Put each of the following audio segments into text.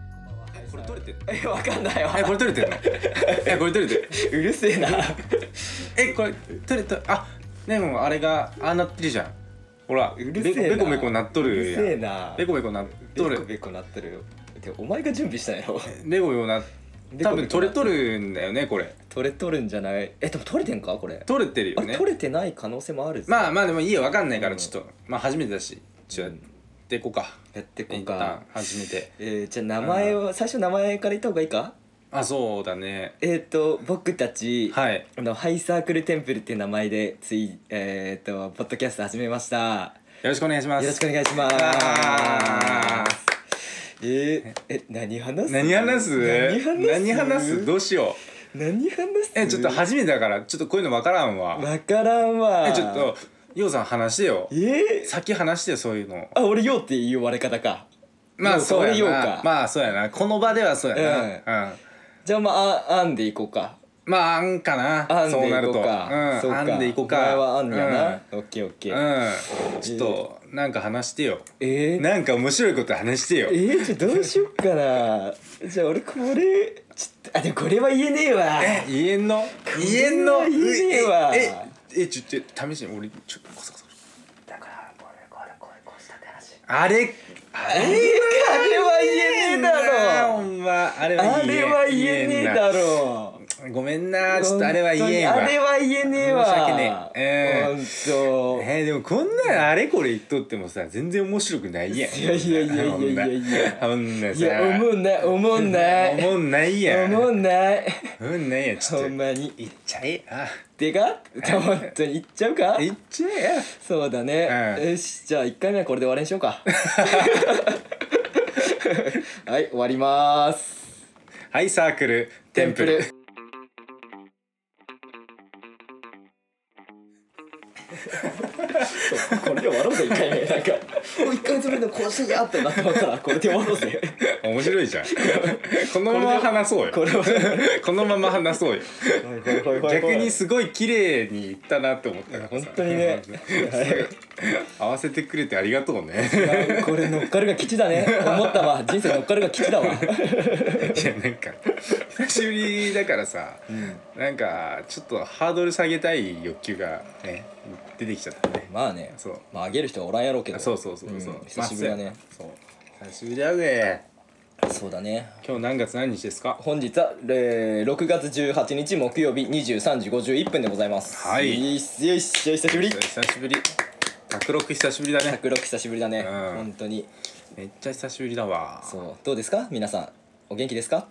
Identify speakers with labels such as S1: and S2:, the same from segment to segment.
S1: れこれ取れてる
S2: えわかんないわ
S3: えこれ取れてるの えこれ取れてる
S2: うるせえな
S3: えこれ取れたあでもあれがああなってるじゃんほら
S2: うるせえな
S3: べこべこなっと
S2: う
S3: る
S2: る
S3: やん
S2: せえな
S3: べこべこなっ
S2: べ
S3: と
S2: こ
S3: る
S2: べこなってるよてかお前が準備したんやろ
S3: べこべこな多分取れとるんだよねこれ
S2: 取れとるんじゃないえでも取れてんかこれ
S3: 取れてるよ
S2: あれ
S3: ね
S2: 取れてない可能性もあるぜ
S3: まあまあでもいいよわかんないか
S2: う
S3: ら
S2: ん
S3: ちょっとまあ初めてだしちょっとやっていこうか
S2: やってこう
S3: 一
S2: か
S3: 旦初めて
S2: えー、じゃあ名前を最初名前から言った方がいいか
S3: あそうだね
S2: えっ、ー、と僕たち、
S3: はい
S2: あのハイサークルテンプルっていう名前でついえっ、ー、とポッドキャスト始めました
S3: よろしくお願いしま
S2: よ
S3: す
S2: ろしくお願いします
S3: あー
S2: えー、え何話す
S3: 何話す
S2: 何話す
S3: 何話すどうしよう
S2: 何話す
S3: えちょっと初めてだからちょっとこういうのわからんわ
S2: わからんわ
S3: えちょっとようさん話してよ
S2: えー、
S3: 先話してよそういうの
S2: あ俺ようっていう呼ばれ方か
S3: まあそう
S2: よ
S3: や
S2: う
S3: な
S2: か
S3: まあそうやなこの場ではそうやな、うん
S2: じゃあまあああんでいこうか
S3: まああんかな
S2: あん
S3: そう
S2: でい
S3: な
S2: こ
S3: る
S2: う
S3: と、うん、
S2: かそうか
S3: あんでいこうか
S2: お前はあんやな、オッケーオッケ
S3: う
S2: ー、
S3: ん、うん、ちょっとなんか話してよ
S2: えー、
S3: なんか面白いこと話してよ
S2: えー、じゃあどうしよっかなじゃあ俺これちょっとあでもこれは言えねえわ
S3: 言えんの言えん
S2: 言
S3: の
S2: えねえわ
S3: えええちょっと試しに俺ちょっとコソコソ
S2: だからこれこれこれこうしたって話
S3: あれあ
S2: えー、あれは言えねえだろ
S3: ほんまあれは
S2: あ
S3: 言え
S2: れは言えねえだろ
S3: ごめんなちょっとあれは言えんわ
S2: 本当にあれは言えねえわ
S3: 申し訳ねえう
S2: ほ
S3: ん
S2: んと
S3: えー、でもこんなのあれこれ言っとってもさ全然面白くないやん
S2: いやいやいやいやいやいや
S3: あんない
S2: や
S3: さ
S2: 思んない思んない
S3: 思んないやん
S2: 思ん ない
S3: 思んないやんちょっ
S2: ほ
S3: と
S2: んまに
S3: 言っちゃえあ
S2: でか本当に言っちゃうか
S3: 言っちゃえ
S2: そうだね、
S3: うん
S2: よしじゃあ1回目はこれで終わりにしよう かはい終わります
S3: はいサークルテンプル
S2: これで終わろうぜ1回目なんかもう1ヶ月目の更新やってなったからこれで終わろうぜ
S3: 面 白いじゃんこのまま話そうよ
S2: これは
S3: このまま話そうよ 逆に
S2: す
S3: すごい綺麗にいったなって思ったからさ
S2: 本当にね
S3: 合わせてくれてありがとうね
S2: これ乗っかるが吉だね思ったわ人生乗っかるが吉だわ
S3: いやなんか久しぶりだからさ、なんかちょっとハードル下げたい欲求がね出てきちゃったね
S2: まあね
S3: そう
S2: まああげる人はおらんやろうけど
S3: あそうそうそうそう、
S2: ん久しぶりだね
S3: まあそうやそう久しぶりだぜ
S2: そうだね
S3: 今日何月何日ですか
S2: 本日は、えー、6月18日木曜日23時51分でございます
S3: はい
S2: よしよしよし久しぶり
S3: 久しぶり卓録久しぶりだね
S2: 卓録久しぶりだね、
S3: うん
S2: 本当に
S3: めっちゃ久しぶりだわ
S2: そうどうですか皆さんお元気ですか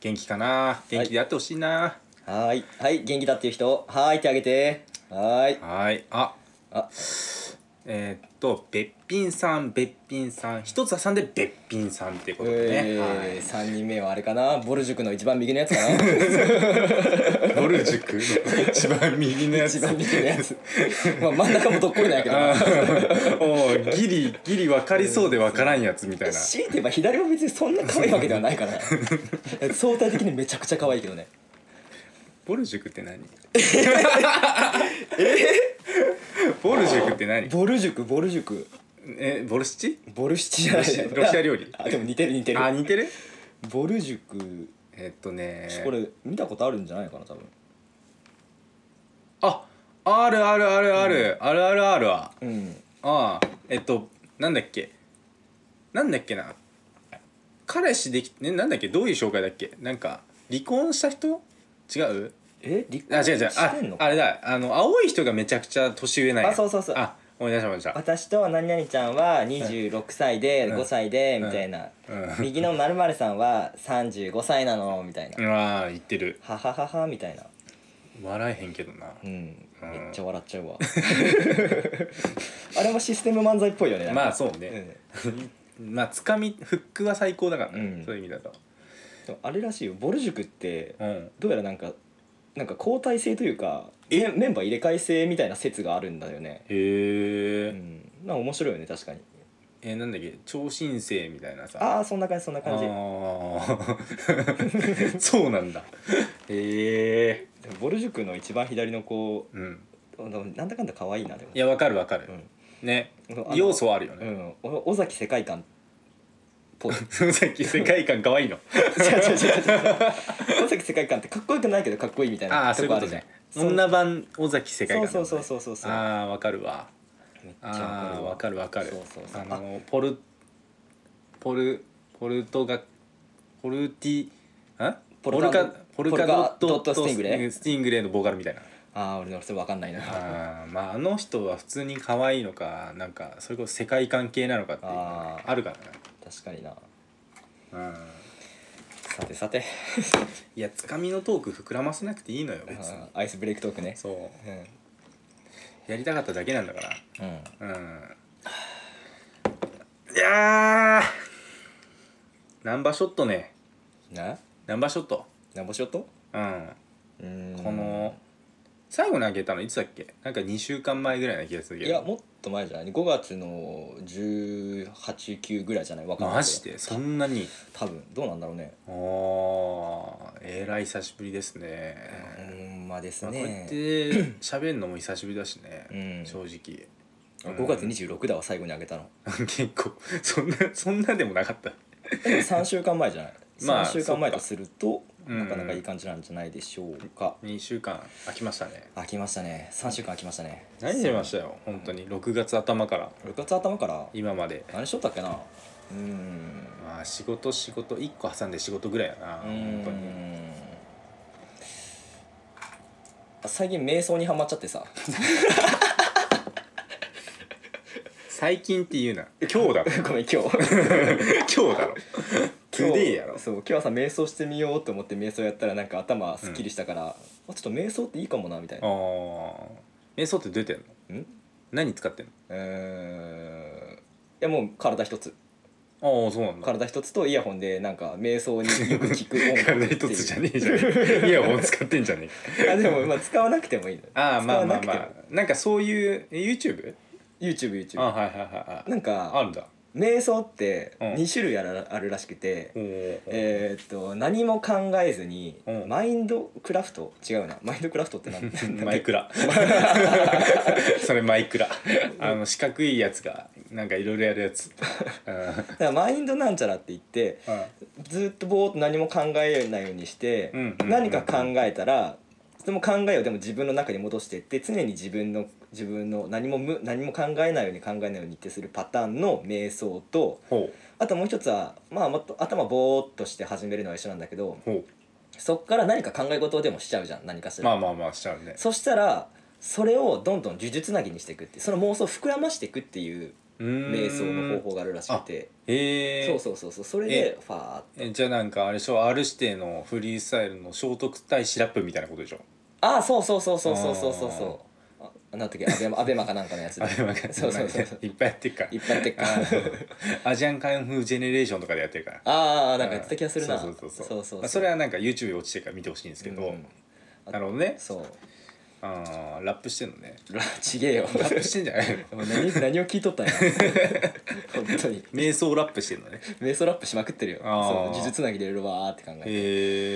S3: 元気かな元気でやってほしいな
S2: はーいはい元気だっていう人はーい手あげてはーい
S3: はいあ
S2: あ
S3: えーっとべっぴんさんべっぴんさん一つ挟んでべっぴんさんっていうことでね、
S2: えー、3人目はあれかなボル塾の一番右のやつか な
S3: はい、ボル塾の 一番右のやつ
S2: 一 番右のやつ、まあ、真ん中もどっこいなんやけど
S3: あ
S2: な
S3: ーおうギリギリ分かりそうで分からんやつみたいな
S2: 強いて言えば左も別にそんな可愛いわけではない から相対的にめちゃくちゃ可愛いけどね
S3: ボル塾って 何ボル塾って何
S2: ボル塾ボル塾
S3: えボルシチ
S2: ボルシチじゃない
S3: ロシロシア料理
S2: あでも似てる似てる
S3: あ似てる
S2: ボル塾
S3: えっとね
S2: これ見たことあるんじゃないかな多分
S3: ああるあるあるある、あるあるあるわ
S2: うん
S3: ああえっとなんだっけなんだっけな彼氏できねなんだっけどういう紹介だっけなんか離婚した人違う
S2: え離
S3: あ
S2: 婚
S3: 違う違う
S2: し
S3: あ
S2: てんの
S3: あれだあの青い人がめちゃくちゃ年上なんや
S2: あそうそうそう
S3: あ思い出した思い出した
S2: 私と何々ちゃんは26歳で
S3: うん
S2: 5歳でみたいな
S3: うん
S2: 右のまるさんは35歳なのみたいな
S3: うわー言ってる
S2: ははははみたいな
S3: 笑えへんけどな
S2: うん
S3: うん
S2: めっちゃ笑っちゃうわ あれもシステム漫才っぽいよねなんか
S3: まあそうね
S2: うん
S3: まあつかみフックは最高だから、ね
S2: うん
S3: そういう意味だと
S2: でもあれらしいよボル塾って
S3: うん
S2: どうやらなんかなんか交代制というかメンメンバー入れ替え制みたいな説があるんだよね
S3: へえ、
S2: うんなんか面白いよね確かに
S3: えーなんだっけ超新星みたいなさ
S2: ああそんな感じそんな感じ
S3: あー そうなんだへえ
S2: でもボル塾の一番左の子
S3: うん
S2: なんだかんだ可愛いなでも
S3: いやわかるわかる、ね
S2: うんあの
S3: 要素はあるよ
S2: う
S3: ね、
S2: ん、お尾崎世界観ぽい
S3: さっき世界観可愛いの
S2: 違う違う違う違う尾崎世界観ってかっこよくないけどかっこいいみたい
S3: あ
S2: な
S3: あそう
S2: と
S3: いう
S2: こあ
S3: こと
S2: るじゃん
S3: ね女版尾崎世界観、ね、
S2: そうそうそうそうそう
S3: ああわかるわ
S2: めっちゃ
S3: ああわかるわかる
S2: そうそうそう
S3: あのポルポルポルトガポルティあ
S2: ポ
S3: ポ
S2: ル
S3: ル
S2: カ
S3: カポルカド
S2: ポル
S3: ッ
S2: カドッ
S3: ト
S2: トスティングレイ
S3: スティングレイのボーカルみたいな
S2: ああ俺のそれ分かんないなあ
S3: あーまああの人は普通に可愛いのかなんかそれこそ世界観系なのかっていうのが
S2: あー
S3: あるか
S2: 確かにな
S3: らな、うん、
S2: さてさて
S3: いやつかみのトーク膨らませなくていいのよ別に
S2: あーアイスブレイクトークね
S3: そ
S2: うん
S3: うやりたかっただけなんだか
S2: うん
S3: らうんいやーナンバーショットね
S2: な
S3: ナンバーショット
S2: なんぼしよっと
S3: うん
S2: うーん
S3: この最後投げたのいつだっけなんか2週間前ぐらいな気がするけ
S2: い
S3: ど
S2: やもっと前じゃない5月の189ぐらいじゃないわかんない
S3: マジでそんなに
S2: 多分どうなんだろうね
S3: おーえらい久しぶりですね、
S2: うんまあです
S3: まあこうやっ
S2: ね
S3: て喋るのも久しぶりだし
S2: う
S3: ね、
S2: ん
S3: 正直
S2: 5月26だわ最後にあげたの
S3: 結構そんなそんなでもなかった
S2: 3週間前じゃない
S3: まあ
S2: 3週間前とすると
S3: そっかうん
S2: なかなかいい感じなんじゃないでしょうか
S3: 2週間空きましたね
S2: 飽きましたね3週間飽きましたね
S3: 何してましたよ本当に6月頭から
S2: 6月頭から
S3: 今まで
S2: 何しとったっけなうん
S3: まあ仕事仕事1個挟んで仕事ぐらいやな
S2: うん
S3: 本当に
S2: 最近瞑想にはまっちゃってさ
S3: 最近っていうな今日だろ
S2: ごめん今日
S3: 今日だろトゥデイやろ
S2: そう今日はさ瞑想してみようと思って瞑想やったらなんか頭すっきりしたから、あちょっと瞑想っていいかもなみたいな
S3: ああ瞑想って出てんの
S2: うんう
S3: 何使ってん
S2: ーんいやもう体一つ
S3: のああそうなんだ
S2: 体一つとイヤホンでなんか瞑想によく聞く音楽
S3: 体
S2: って
S3: 一
S2: いう
S3: つじゃねえじゃんイヤホン使ってんじゃねえか
S2: あでもまあ使わなくてもいいの
S3: ああまあまあ
S2: 使
S3: ま
S2: わな
S3: あ
S2: くても
S3: なんかそういうえ YouTube?
S2: YouTubeYouTube
S3: あはいはいはいは
S2: ないんか
S3: あるんだ
S2: 瞑想って
S3: うん
S2: 2種類あるあるらしくて、
S3: おー
S2: えーっと何も考えずに、
S3: うん
S2: マインドクラフト違うなマインドクラフトってなんなんだっけ
S3: マイクラそれマイクラあの四角いやつがなんかいろいろやるや つ
S2: だからマインドなんちゃらって言って
S3: うん
S2: ずっとぼーっと何も考えないようにして、
S3: うんうんうん
S2: 何か考えたらでも考えをでも自分の中に戻してって常に自分の自分の何も無何も考えないように考えないようにってするパターンの瞑想と
S3: ほ
S2: あともう一つは、まあ、もっと頭ぼーっとして始めるのは一緒なんだけど
S3: うほ
S2: そっから何か考え事をでもしちゃうじゃん何かし
S3: う
S2: ら。
S3: まあまあまあしちゃうね
S2: そしたらそれをどんどん呪術つなぎにしていくってその妄想を膨らましていくっていう瞑
S3: 瞑
S2: 想の方法があるらしくて
S3: へえ
S2: そうそうそうそうそれでファーって
S3: えじゃあなんかあれでしょ R 指定のフリースタイルの聖徳対シラップみたいなことでしょ
S2: ああそうそうそうそうそうそうそうそうああなんだっけアベマアベマかなんかの やつで
S3: あれわかんない
S2: そうそうそうそう
S3: いっぱいやってるから
S2: いっぱいやってっか
S3: あのアジアンカンフージェネレーションとかでやってるから
S2: ああなんか言ってた気がするな
S3: そうそうそう
S2: そうそう
S3: まあ、それはなんか YouTube に落ちてるから見てほしいんですけど、
S2: うん
S3: なるほどね
S2: そう
S3: あーラップしてんの ね
S2: らちげえ よ
S3: ラップしてんじゃないの
S2: もう何何を聞いとった んや本当に
S3: 瞑想ラップしてんのね
S2: 瞑想ラップしまくってるよそう
S3: あー
S2: 呪術つなぎでいろいろわーって考えて
S3: へ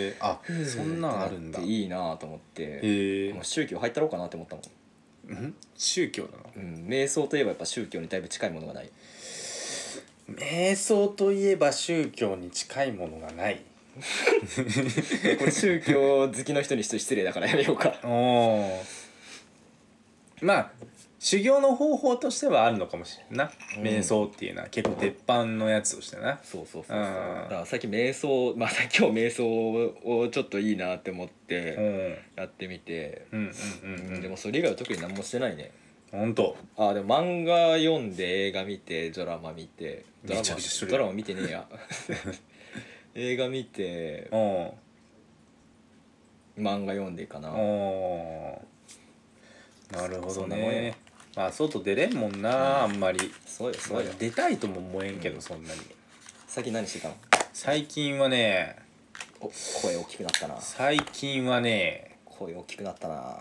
S3: えあそんなんあるん
S2: って
S3: だ
S2: なっていいなと思って
S3: へえ
S2: もう宗教入ったろうかなって思ったもん、
S3: 宗教なの
S2: うん、瞑想といえばやっぱ宗教にだいぶ近いもの がない
S3: 瞑想といえば宗教に近いものがない
S2: これ宗教好きの人にして失礼だからやめようか
S3: おーまあ修行の方法としてはあるのかもしれんな、
S2: うん
S3: 瞑想っていうのは結構鉄板のやつをしてな
S2: そうそうそうそうだ
S3: あー
S2: から最近瞑想まあさ今日瞑想をちょっといいなって思っ
S3: うん
S2: てやってみて、
S3: うんうんうんう
S2: で
S3: ん
S2: もそれ以外は特に何もしてないね
S3: ほんと
S2: あーでも漫画読んで映画見てドラマ見てドラ
S3: めちゃくちゃして
S2: マ
S3: る
S2: ドラマ見てねえ や映画見て
S3: うん
S2: 漫画読んでかな
S3: おーなるほ
S2: そ
S3: ど
S2: んなもんや
S3: ねまあ外出れんもんな、あんまり
S2: そうよそ
S3: まあ
S2: うよ
S3: 出たいとも思えんけど、
S2: うん
S3: そんなに
S2: 最近何してたの
S3: 最近はね
S2: お声大きくなったな
S3: 最近はね
S2: 声大きくなったな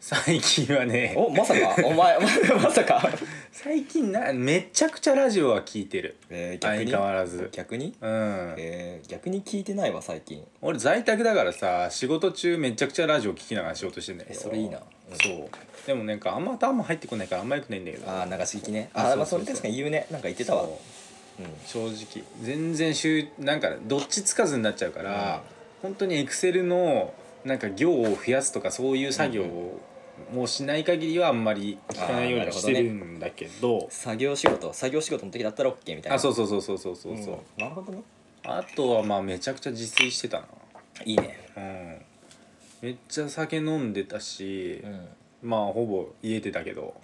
S3: 最近はね
S2: おまさかお前ままさか
S3: 最近なめちゃくちゃラジオは聞いてる
S2: えー、
S3: 相変わらず
S2: 逆に
S3: うん
S2: えー、逆に聞いてないわ最近
S3: 俺在宅だからさ仕事中めちゃくちゃラジオ聞きながら仕事してんだけ
S2: え
S3: ど
S2: それいいな
S3: そうでもなんかあんま頭入ってこないからあんまよくないんだけど
S2: あー流し聞きね
S3: あ
S2: あーまあそ
S3: そ
S2: う
S3: そ
S2: れ
S3: うそう
S2: 確かに言うねなんか言ってたわ
S3: そう正直全然集なんかどっちつかずになっちゃうから、本当にエクセルのなんか行を増やすとかそういう作業をもうしない限りはあんまり聞かないようにはしてるんだけど
S2: 作業仕事作業仕事の時だったら OK みたいな
S3: あそうそうそうそうそうそうそう、
S2: んなるほどね
S3: あとはまあめちゃくちゃ自炊してた
S2: いいね
S3: なうんめっちゃ酒飲んでたし、
S2: うん
S3: まあほぼ家出たけど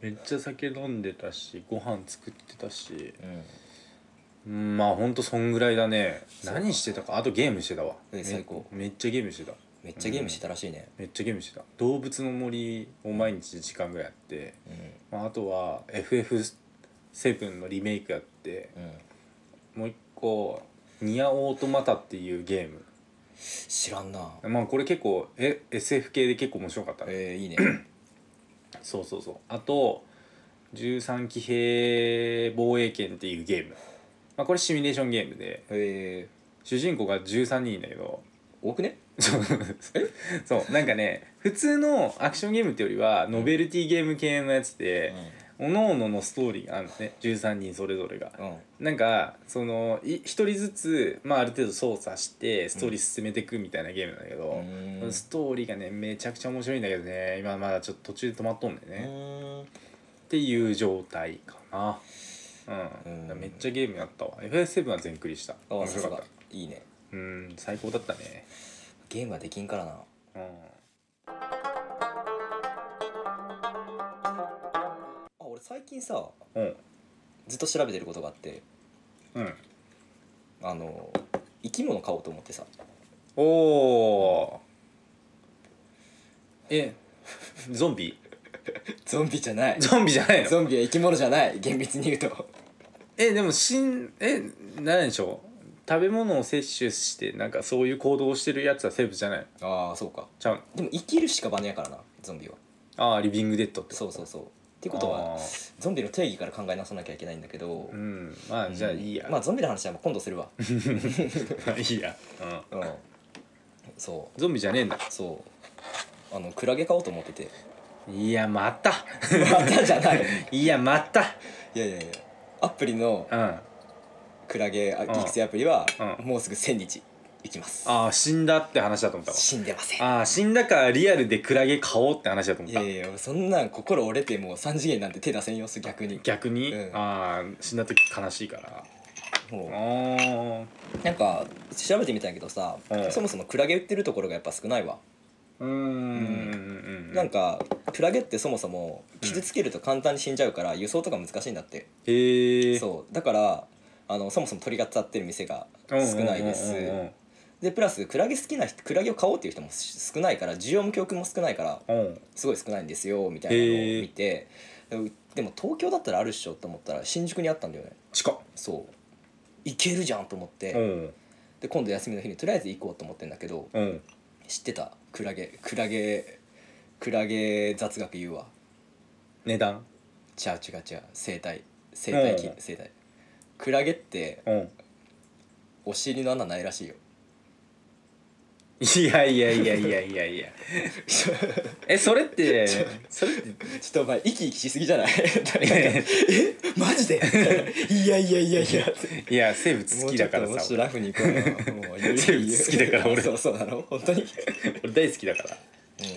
S3: めっちゃ酒飲んでたしご飯作ってたしうんまあほんとそんぐらいだね
S2: そうか
S3: 何してたかあとゲームしてたわ
S2: え最高
S3: めめっちゃゲームしてた
S2: めっちゃゲームしてたらしいね
S3: めっちゃゲームしてた動物の森を毎日時間ぐらいやって、
S2: う
S3: まあ、あとは FF7 のリメイクやって
S2: ん、うん、
S3: もう一個「ニアオートマタ」っていうゲーム
S2: 知らんな
S3: まあこれ結構え SF 系で結構面白かったね
S2: えー、いい ね
S3: そうそうそうあと13騎兵防衛権っていうゲーム、まあ、これシミュレーションゲームで
S2: え
S3: 主人公が13人いだけど
S2: ー、多くね
S3: そう そうなんかね普通のアクションゲームってよりはノベルティゲーム系のやつで、各々のストーリーがあるんですね13人それぞれが。
S2: うん、うん、
S3: なんかそのい一人ずつ、まあ、ある程度操作してストーリー進めていくみたいなゲームなんだけど、
S2: うーん
S3: ストーリーがねめちゃくちゃ面白いんだけどね今まだちょっと途中で止まっとんだよね。
S2: うん
S3: っていう状態かなうん、
S2: うん
S3: めっちゃゲームやったわ FS7 は全クリした
S2: あ
S3: 面
S2: さ
S3: 白
S2: す
S3: かっ
S2: が
S3: た
S2: いいね
S3: うん最高だったね
S2: ゲームはできんからな
S3: うん
S2: あ俺最近さ
S3: うん
S2: ずっと調べてることがあって
S3: うん
S2: あの生き物買おうと思ってさ
S3: おおえゾ ンビ
S2: ゾンビじゃない
S3: ゾンビじゃないの
S2: ゾンビは生き物じゃない厳密に言うと
S3: えでも死んえ何でしょう食べ物を摂取してなんかそういう行動をしてるやつはセーブじゃないの
S2: ああそうか
S3: ちゃう
S2: でも生きるしかバネやからなゾンビは
S3: ああリビングデッドって
S2: そううそうそうっていうことはゾンビの定義から考え直さなきゃいけないんだけど、
S3: うんまあじゃあいいや、
S2: まあゾンビの話はもう今度するわ
S3: いいや、うん、
S2: うんそ
S3: ゾンビじゃねえんだ
S2: うそうあのクラゲ買おうと思ってて
S3: いやま た
S2: またじゃ ない
S3: いやまた
S2: いやいやいやアプリの
S3: うんあ
S2: クラゲあ
S3: ん
S2: 育成アプリは
S3: うん
S2: もうすぐ1000日いきます
S3: あ死んだって話だと思ったわ
S2: 死んでません
S3: ああ死んだからリアルでクラゲ買おうって話だと思っ
S2: い
S3: た
S2: やいやそんなん心折れてもう3次元なんて手出せんよ逆に
S3: 逆に、
S2: うん
S3: ああ死んだ時悲しいからあ
S2: も
S3: ー
S2: うなんか調べてみたんやけどさ、
S3: うん
S2: そもそもクラゲ売ってるところがやっぱ少ないわ、
S3: うーんうん
S2: なんかクラゲってそもそも傷つけると簡単に死んじゃうから輸送とか難しいんだって、
S3: へえ
S2: そうだからあのそもそも鳥が使ってる店が少ないです、
S3: うんうんうん
S2: でプラスクラゲ好きな人クラゲを買おうっていう人もし少ないから需要も供給も少ないから
S3: うんうん
S2: すごい少ないんですよみたいなのを見てでもでも東京だったらあるっしょと思ったら新宿にあったんだよね
S3: 近っ
S2: そう行けるじゃんと思っ
S3: う
S2: て
S3: ん
S2: で今度休みの日にとりあえず行こうと思ってんだけど
S3: うん
S2: 知ってたクラゲクラゲクラゲ雑学言うわ
S3: 値段
S2: 違う違う違う生態生態
S3: う
S2: 菌
S3: ん
S2: 生態クラゲって
S3: うん
S2: お尻の穴ないらしいよ
S3: いやいやいやいやいやい や
S2: ちょ
S3: えそれってそれって
S2: っとお前生き生きしすぎじゃない なんかえマジで いやいやいやいや
S3: いや生物好きだから
S2: もうちょっともうちょっとラフ
S3: さ
S2: に行こうよもうより
S3: 全部好きだから俺
S2: そうそうなの本当に、
S3: 俺大好きだから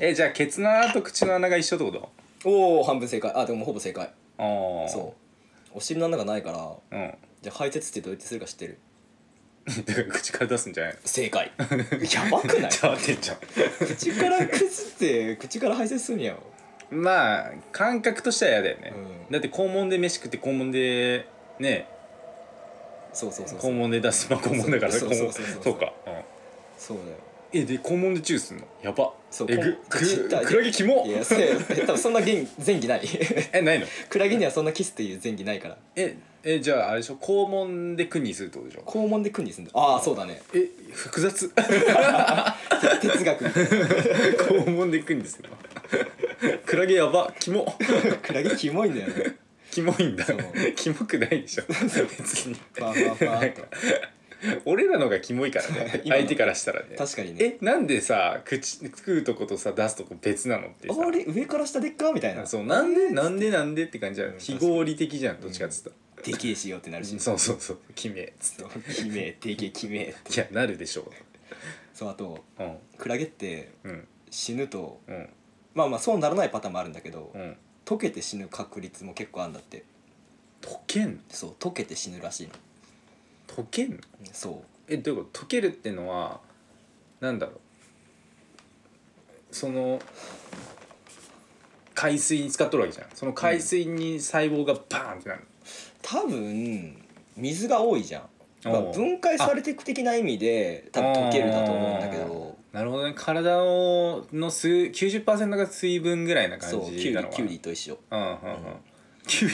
S3: えじゃあケツの穴と口の穴が一緒ってこと
S2: おお半分正解あでもほぼ正解
S3: ああ
S2: そうお尻の穴がないから
S3: ううん
S2: じゃあ排泄ってどうやってするか知ってる
S3: だから口から出すんじゃないの
S2: 正 解やばくない
S3: じゃあてんちゃ
S2: 口からくずって口から排泄するんやよ
S3: んまあ感覚としては嫌だよね、
S2: うん
S3: だって肛門で飯食って肛門でね
S2: そうそうそうそ
S3: 肛
S2: う
S3: 門で出すまあ肛門だから
S2: そうそうそう
S3: 肛
S2: そ
S3: 門そううか、うん
S2: そうだよ
S3: えで肛門でチューすんのやば
S2: そう
S3: えぐ
S2: こんちっ
S3: く
S2: ちゃい
S3: クラゲキモ
S2: いやそうやえ多分そんな元前儀ない
S3: えないの
S2: クラゲにはそんなキスっていう前儀ないから
S3: ええじゃああれでしょ肛門で訓にするってことでしょ
S2: 肛門で訓にすんだああそうだね
S3: え複雑
S2: 哲学みたいな
S3: 肛門で訓にするの クラゲやばキモ
S2: クラゲキモいん だよね
S3: キモいんだ
S2: そう
S3: キモくないでしょ別に
S2: ファーファーファーっと
S3: 俺らのがキモいからね
S2: 今の
S3: 相手からしたらね
S2: 確かにね
S3: えなんでさ口食うとことさ出すとこ別なのってさ
S2: あれ上から下でっかみたいな
S3: そうなんでなんでなんでって感じじゃん
S2: うん
S3: 非合理的じゃんどっちかっつったら
S2: でけえしようってなるし
S3: そうそうそう決め
S2: そう 決めでけえ決めって
S3: いやなるでしょ
S2: そうあと
S3: ううん
S2: クラゲって
S3: うん
S2: 死ぬと
S3: うん
S2: まあまあそうならないパターンもあるんだけど、
S3: うん
S2: 溶けて死ぬ確率も結構あるんだって
S3: 溶けん
S2: そう溶けて死ぬらしいの
S3: 溶けんの
S2: そ
S3: えどういうこと溶けるってのはなんだろうその海水に使っとるわけじゃんその海水に細胞がバーンってなる、
S2: う多分水が多いじゃん、まあ
S3: おう
S2: 分解されていく的な意味で多分溶けるだと思うんだけど
S3: なるほどね体をの数90%が水分ぐらいな感
S2: そうキ
S3: じ
S2: ュ
S3: な
S2: ウ
S3: の
S2: リ
S3: かな
S2: キュウリと一緒
S3: うんうんうんキュ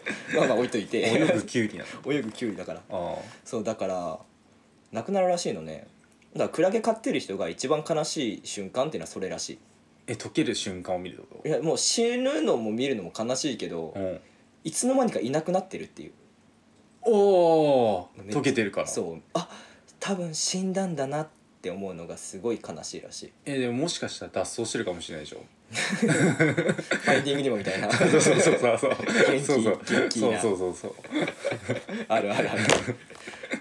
S3: リ
S2: まあまあ置いといて
S3: なの泳ぐキュウリな
S2: 泳ぐキュウリだから
S3: の
S2: そうだからなくなるらしいのねだからクラゲ飼ってる人が一番悲しい瞬間っていうのはそれらし
S3: え溶ける瞬間を見るってこ
S2: いいやもう死ぬのも見るのも悲しいけど、
S3: と、うん、
S2: いつの間にかいなくなってるっていう
S3: おー
S2: めっちゃ
S3: 溶けてるから
S2: そうあ多分死んだんだなって思うのがすごい悲しいらしい
S3: えでももしかしたら脱走してるかもしれないでしょ
S2: ファインディングにもみたい な
S3: そうそうそうそうそう
S2: 気
S3: そうそう
S2: 元気な
S3: そうそうそうそう
S2: あるあるある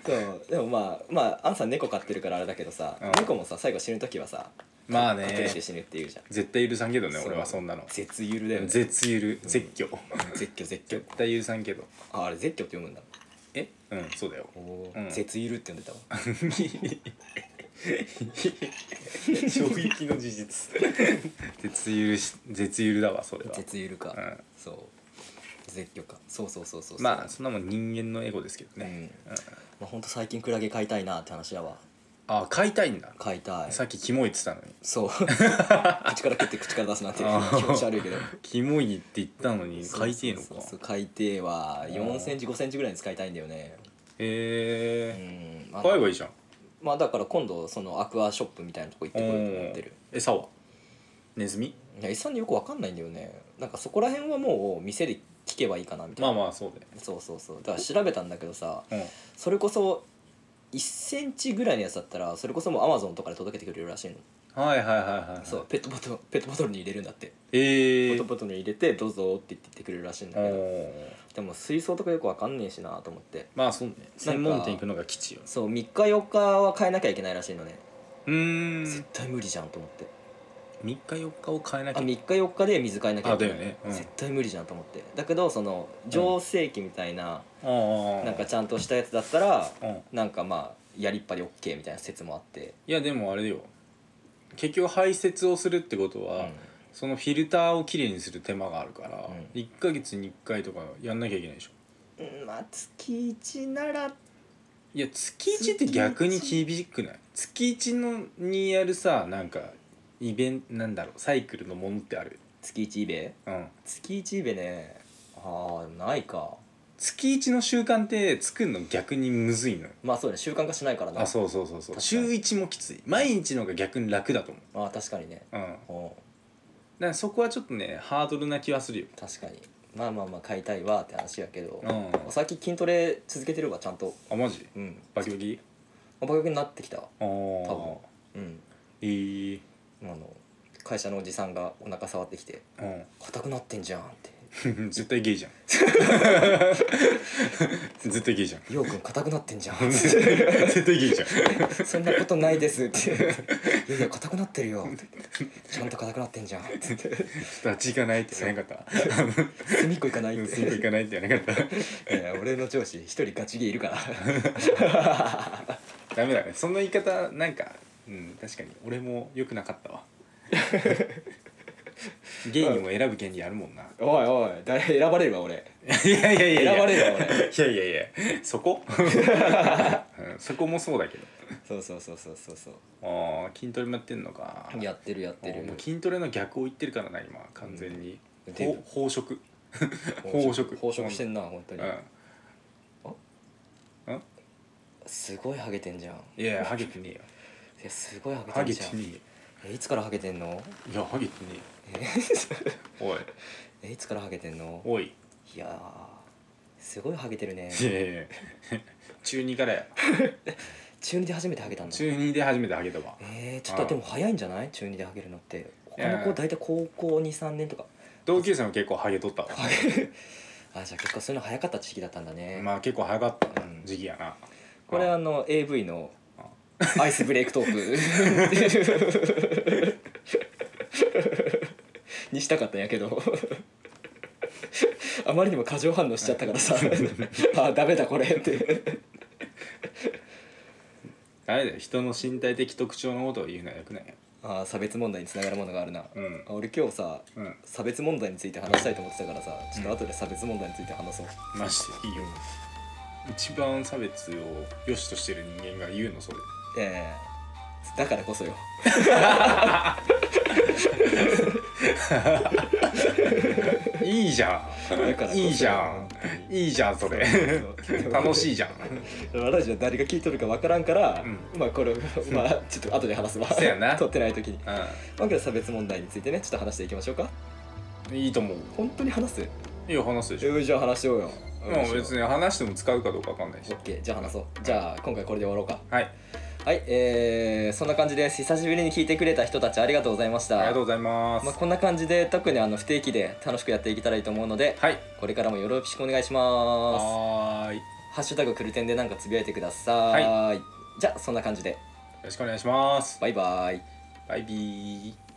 S2: そうでもまあまあアンさん猫飼ってるからあれだけどさ、
S3: うん
S2: 猫もさ最後死ぬ時はさ
S3: まあ
S2: 隠れ
S3: ね
S2: て死ぬっていうじゃん、
S3: 絶対許さんけどね
S2: そう
S3: 俺はそんなの
S2: 絶ゆるだよね絶
S3: 絶ゆる絶叫
S2: 叫絶叫
S3: 絶対許さんけど
S2: ああれ絶叫って読むんだ
S3: えうんそうだよ
S2: おお
S3: うん
S2: 絶ゆるって呼んでたわ
S3: 衝撃の事実 絶ゆるし絶ゆるだわそれは
S2: 絶ゆるか、
S3: うん
S2: そう絶叫かそうそうそうそうそう
S3: まあそんなもん人間のエゴですけど
S2: うん、
S3: ねうん
S2: まあ、ほんと最近クラゲ飼いたいなって話だわ
S3: あ飼いたいんだ
S2: 飼いたい
S3: さっきキモいって言ってたのに
S2: そう 口から食って口から出すなんて気
S3: あー
S2: 持ち悪いけど
S3: キモいって言ったのに飼いてえの
S2: そ
S3: か
S2: うそうそう海底は4センチ5センチぐらいに使いたいんだよねう
S3: へえ
S2: んまあ
S3: 飼えばいいじゃん
S2: まあだから今度そのアクアショップみたいなとこ行ってこようと思ってる
S3: うん餌はネズミ
S2: いや餌によくわかんないんだよねなんかそこら辺はもう店で聞けばいいかなみたい
S3: ま
S2: な、
S3: あまあそうだよ
S2: そうそうそうだから調べたんだけどさ
S3: ね
S2: それこそ1センチぐらいのやつだったらそれこそもうアマゾンとかで届けてくれるらしいの、
S3: うんはいはいはいはい
S2: そうペットボトルペットボトルに入れるんだってペ
S3: ええ
S2: ットボトルに入れてどうぞって言ってくれるらしいんだけどでも水槽とかよくわかんねえしなと思って
S3: まあそうね専門店行くのが基地よ
S2: そう3日4日は変えなきゃいけないらしいのね、
S3: うーん
S2: 絶
S3: 3
S2: 対無理じゃんと思って
S3: 日4日を変えな
S2: あ
S3: き
S2: 3
S3: ゃ
S2: 日4日で水変えなきゃいけない
S3: あだよねうん
S2: 絶対無理じゃんと思ってだけどその浄水器みたいな、
S3: な
S2: なんかちゃんとしたやつだったら、
S3: うん
S2: なんかまあやりっぱり OK みたいな説もあって、
S3: いやでもあれよ結局排泄をするってこと
S2: うん
S3: は、そのフィルターをきれいにする手間があるから、
S2: うん
S3: 一1か月に1回とかやんなきゃいけないでしょ
S2: うんまあ月1なら
S3: いや月1って逆に厳しくない月1のにやるさなんかイベントなんだろうサイクルのものってある
S2: 月1イベ
S3: うん
S2: 月1イベねああないか
S3: 月1の習慣って作るの逆にむずいのよ
S2: まあそうね習慣化しないからな
S3: あそうそうそうそ
S2: 確か
S3: う
S2: に
S3: 週1もきつい毎日の方が逆に楽だと思
S2: あー確かにね
S3: ううんだか
S2: うん
S3: らそこはちょっとねハードルな気はするよ
S2: 確かにまあまあまあ買いたいわって話やけど、
S3: うん
S2: 最近筋トレ続けてるわちゃんと
S3: あマジ
S2: うん
S3: バキバキ
S2: おばかげになってきたわ
S3: ああ
S2: うん
S3: えー、
S2: あの会社のおじさんがお腹触ってきて
S3: うん
S2: 「硬くなってんじゃん」って
S3: 絶対ゲイじゃん 絶対ゲイじゃん
S2: 「ようくん硬くなってんじゃん」
S3: 絶対ゲイじゃん
S2: そんなことないです」って「いやいや硬くなってるよ」って「ちゃんと硬くなってんじゃん」って言って
S3: 立ち行かないって言わなかった
S2: 「隅っこ行かない」っ
S3: うん
S2: て
S3: すぐ行かないって言わなかっ
S2: いや俺の上司一人ガチゲいるから
S3: たダメだねその言い方なんかうん確かに俺も良くなかった わゲイにも選ぶ権利あるもんな
S2: おいおい誰選ばれるわ俺
S3: いやいやいやいや
S2: 選ばれるわ俺
S3: いやいやいやそこうんそこもそうだけど
S2: そうそうそうそうそうそう
S3: ああ筋トレもやってんのか
S2: やってるやってる
S3: もう筋トレの逆を言ってるからな今完全に、
S2: うん
S3: ほ飽食飽食
S2: 飽食してんな本当
S3: う
S2: に、
S3: んん
S2: すごいハゲてんじゃん
S3: いやハゲてねえよ
S2: いやすごいハゲ
S3: ハ
S2: て
S3: ゲ
S2: んじゃ
S3: て
S2: ん
S3: ね
S2: えいつからハゲてん の
S3: えよいやハゲてね
S2: え
S3: えよ
S2: えいつからハゲてんの
S3: おいおい
S2: いやーすごいハゲてるね
S3: いやいやいや中2からや
S2: 中2で初めてハゲたんだ
S3: 中2で初めてハゲたわ
S2: えー、ちょっとでも早いんじゃない中2でハゲるのって
S3: い
S2: 他
S3: や
S2: の子大体高校23年とか
S3: 同級生も結構ハゲとったわ
S2: ハゲあじゃあ結構そういうの早かった時期だったんだね、
S3: まあ結構早かった
S2: うん
S3: 時期やな、
S2: これあの AV の
S3: あ
S2: アイスブレイクトークにしたかったんやけどあまりにも過剰反応しちゃったからさあダメだこれって
S3: あれだよ人の身体的特徴のことを言うのはよくないよ
S2: あ差別問題につながるものがあるな、
S3: うん
S2: あ俺今日さ
S3: うん
S2: 差別問題について話したいと思ってたからさちょっと後で差別問題について話そう、
S3: ましていいよ一番差別を良しとしてる人間が言うのそれ
S2: ええだからこそよ
S3: いいじゃ
S2: だからこ
S3: ん
S2: そ
S3: いいじゃんいいじゃんそれ 楽
S2: い
S3: しいじゃん
S2: ラジオ誰が聞いとるか分からんから、
S3: う
S2: まあこれまあちょっと後で話すわ
S3: そうやな
S2: 撮ってない時に
S3: う
S2: まあけど差別問題についてねちょっと話していきましょうか
S3: んいいと思う
S2: 本当に話す
S3: いいよ話すでし
S2: え
S3: ょ
S2: ーじゃあ話しようよ
S3: もう別に話しても使うかどうかわかんないし
S2: OK じゃあ話そうじゃあ今回これで終わろうか
S3: はい
S2: はいえー、そんな感じです久しぶりに聞いてくれた人たちありがとうございまし
S3: あ
S2: た
S3: りがとうございます
S2: まあ、こんな感じで特にあの不定期で楽しくやっていけたらいいと思うので
S3: はい
S2: これからもよろしくお願いします
S3: はーいよ
S2: ハッシュタグクルテンでなんかつぶやいてください、じゃあそんな感じで
S3: ろしくお願いします
S2: バイバイ
S3: バイビー